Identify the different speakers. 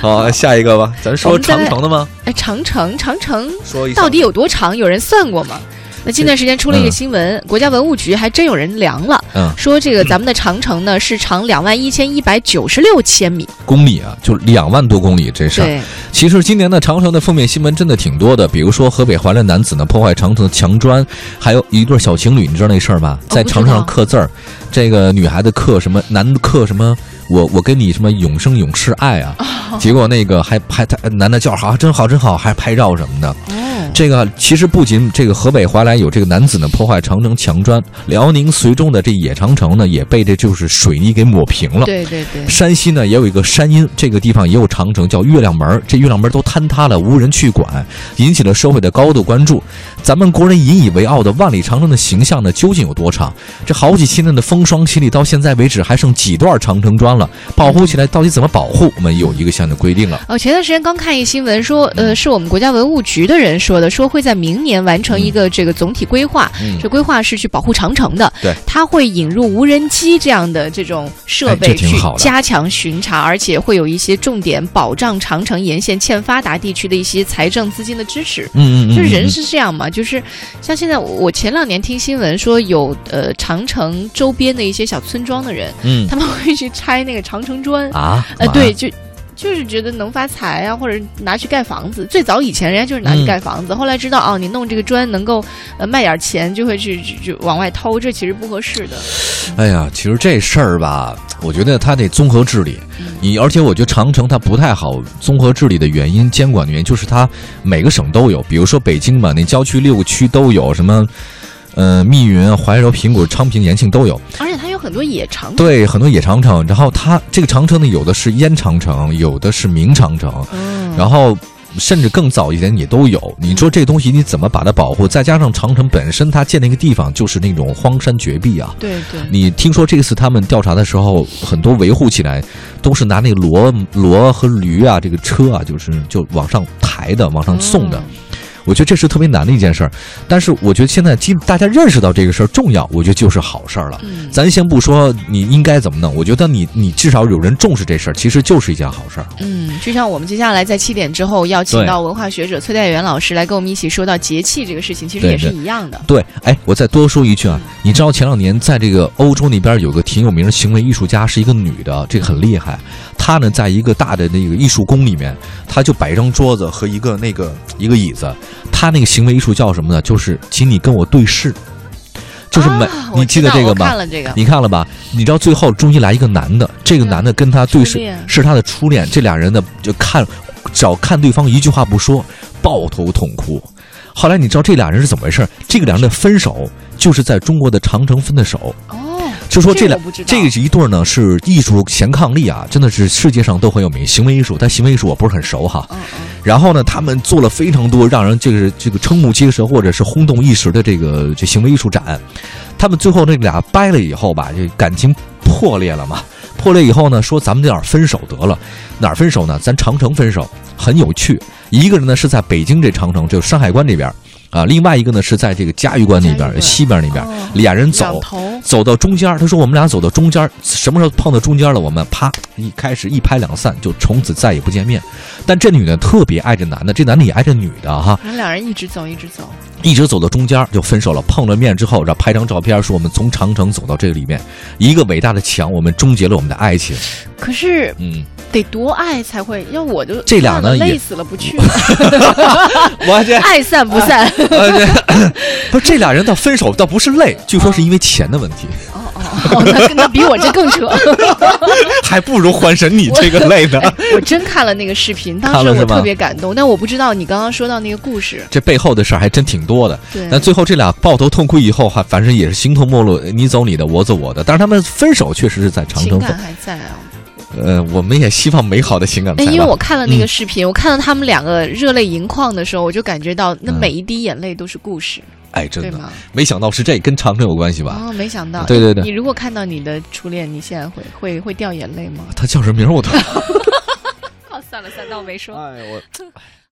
Speaker 1: 好，下一个吧， 咱
Speaker 2: 我
Speaker 1: 说
Speaker 2: 们再
Speaker 1: 长城的吗？
Speaker 2: 哎，长城，长城
Speaker 1: 说一下
Speaker 2: 到底有多长？有人算过吗？那近段时间出了一个新闻，国家文物局还真有人量了，
Speaker 1: 嗯
Speaker 2: 说这个咱们的长城呢是长两万一千一百九十六千米。
Speaker 1: 公里啊，就两万多公里这事儿。
Speaker 2: 对，哦
Speaker 1: 其实今年呢，长城的负面新闻真的挺多的，比如说河北怀来男子呢破坏长城的墙砖，还有一对小情侣，你知道那事儿吧？在长城上刻字儿，这个女孩子刻什么，男的刻什么，我我跟你什么永生永世爱啊，结果那个还拍他男的叫好，真好真好，还拍照什么的。
Speaker 2: 哦，
Speaker 1: 这个其实不仅这个河北怀来有这个男子呢破坏长城墙砖，辽宁绥中的这野长城呢也被这就是水泥给抹平了。
Speaker 2: 对对对，
Speaker 1: 山西呢也有一个山阴，这个地方也有长城，叫月亮门儿。这月亮门儿都坍塌了，无人去管，引起了社会的高度关注。咱们国人引以为傲的万里长城的形象呢，究竟有多长？这好几期呢的风霜洗礼，到现在为止还剩几段长城砖了？保护起来到底怎么保护？我们有一个相应的规定啊了。
Speaker 2: 哦，前段时间刚看一新闻说，
Speaker 1: 嗯
Speaker 2: 呃，是我们国家文物局的人说的，说会在明年完成一个这个总体规划。
Speaker 1: 嗯
Speaker 2: 这规划是去保护长城的，
Speaker 1: 对，
Speaker 2: 它会引入无人机这样的这种设
Speaker 1: 哎
Speaker 2: 备
Speaker 1: 这挺
Speaker 2: 去
Speaker 1: 好的
Speaker 2: 加强巡查，而且会有一些重点保障长城沿线欠发达地区的一些财政资金的支持。
Speaker 1: 嗯嗯嗯，
Speaker 2: 就是人
Speaker 1: 嗯
Speaker 2: 是这样嘛，就是像现在我我前两年听新闻说有呃长城周边的一些小村庄的人，
Speaker 1: 嗯
Speaker 2: 他们会去拆那个长城砖，
Speaker 1: 啊
Speaker 2: 呃，对，，就就是觉得能发财啊，或者拿去盖房子。最早以前人家就是拿
Speaker 1: 嗯
Speaker 2: 去盖房子，后来知道哦，你弄这个砖能够呃卖点钱，就会去就就往外偷，这其实不合适的。
Speaker 1: 哎呀，其实这事儿吧，我觉得它得综合治理。你而且我觉得长城它不太好综合治理的原因，监管的原因就是它每个省都有，比如说北京吧，那郊区六个区都有什么。呃，密云、怀柔、平谷、昌平、延庆都有，
Speaker 2: 而且它有很多野长城，
Speaker 1: 对，很多野长城。然后它这个长城呢，有的是燕长城，有的是明长城，
Speaker 2: 嗯，
Speaker 1: 然后甚至更早一点也都有。你说这东西你怎么把它保护？再加上长城本身它建那个地方就是那种荒山绝壁啊，
Speaker 2: 对对。
Speaker 1: 你听说这次他们调查的时候，很多维护起来都是拿那骡骡和驴啊，这个车啊，就是就往上抬的，往上送的。嗯我觉得这是特别难的一件事儿，但是我觉得现在基大家认识到这个事儿重要，我觉得就是好事儿了。
Speaker 2: 嗯，
Speaker 1: 咱先不说你应该怎么弄，我觉得你你至少有人重视这事儿，其实就是一件好事儿。
Speaker 2: 嗯，就像我们接下来在七点之后要请
Speaker 1: 对
Speaker 2: 到文化学者崔代元老师来跟我们一起说到节气这个事情，其实
Speaker 1: 对
Speaker 2: 也是
Speaker 1: 对
Speaker 2: 一样的。嗯
Speaker 1: 对，哎，我再多说一句啊，你知道前两年在这个欧洲那边有个挺有名的行为艺术家，是一个女的，这个很厉害。她呢，在一个大的那个艺术宫里面，她就摆一张桌子和一个那个一个椅子。她那个行为艺术叫什么呢？就是请你跟我对视，就是每、
Speaker 2: 啊我
Speaker 1: 你记得
Speaker 2: 知道
Speaker 1: 这个
Speaker 2: 我
Speaker 1: 吗
Speaker 2: 看？了这个，
Speaker 1: 你看了吧？你知道最后终于来一个男的，这个
Speaker 2: 对啊
Speaker 1: 男的跟她对
Speaker 2: 初
Speaker 1: 视
Speaker 2: 恋，
Speaker 1: 是她的初恋。这俩人呢，就看，只要看对方一句话不说，抱头痛哭。后来你知道这俩人是怎么回事？这个俩人的分手就是在中国的长城分的手，
Speaker 2: 哦，
Speaker 1: 就说这
Speaker 2: 个
Speaker 1: 俩
Speaker 2: 我不知道
Speaker 1: 这个是一对儿呢是艺术前抗力啊，真的是世界上都很有名。行为艺术，但行为艺术我不是很熟哈。
Speaker 2: 嗯嗯
Speaker 1: 然后呢，他们做了非常多让人这个这个瞠目结舌或者是轰动一时的这个这行为艺术展。他们最后那俩掰了以后吧，就感情破裂了嘛。破裂以后呢，说咱们这哪儿分手得了？哪儿分手呢？咱长城分手，很有趣。一个人呢是在北京这长城，就山海关这边儿啊，另外一个呢是在这个嘉峪关那边
Speaker 2: 嘉峪
Speaker 1: 儿
Speaker 2: 关
Speaker 1: 西边儿那边儿。
Speaker 2: 哦
Speaker 1: 俩人
Speaker 2: 两
Speaker 1: 走，
Speaker 2: 头
Speaker 1: 走到中间儿，他说我们俩走到中间儿，什么时候碰到中间儿了，我们啪一开始一拍两散，就从此再也不见面。但这女的特别爱这男的，这男的也爱这女的哈，
Speaker 2: 然后两人一直走，一直走。
Speaker 1: 一直走到中间儿就分手了。碰了面之后，然后拍张照片，说我们从长城走到这里面，一个伟大的墙，我们终结了我们的爱情。
Speaker 2: 可是
Speaker 1: 嗯，
Speaker 2: 得多爱才会，要我就
Speaker 1: 这俩呢
Speaker 2: 看了
Speaker 1: 也
Speaker 2: 累死了，不 去了，
Speaker 1: 我这
Speaker 2: 爱散不散。
Speaker 1: 不是这俩人到分手倒不是累，据说是因为钱的问题，
Speaker 2: 哦哦哦，那那比我这更 扯。
Speaker 1: 还不如还神你这个累呢。
Speaker 2: 我真看了那个视频，当
Speaker 1: 看
Speaker 2: 时
Speaker 1: 了
Speaker 2: 我
Speaker 1: 是吗
Speaker 2: 特别感动，但我不知道你刚刚说到那个故事。
Speaker 1: 这背后的事儿还真挺多的。
Speaker 2: 对，
Speaker 1: 那最后这俩抱头痛哭以后，还反正也是形同陌路，你走你的，我走我的。但是他们分手确实是在长
Speaker 2: 情
Speaker 1: 城分
Speaker 2: 感，还在啊。
Speaker 1: 呃，我们也希望美好的情感在
Speaker 2: 哎，
Speaker 1: 吧。
Speaker 2: 因为我看了那个
Speaker 1: 嗯
Speaker 2: 视频，我看到他们两个热泪盈眶的时候，我就感觉到那
Speaker 1: 嗯
Speaker 2: 每一滴眼泪都是故事，
Speaker 1: 哎，真
Speaker 2: 对
Speaker 1: 的
Speaker 2: 吗？
Speaker 1: 没想到是这跟长城有关系吧？
Speaker 2: 哦，没想到。
Speaker 1: 对对对
Speaker 2: 你如果看到你的初恋，你现在会会会
Speaker 1: 啊
Speaker 2: 掉眼泪吗？
Speaker 1: 他叫什么名儿我都。
Speaker 2: 哦，算了，算了，那我没说。
Speaker 1: 哎我。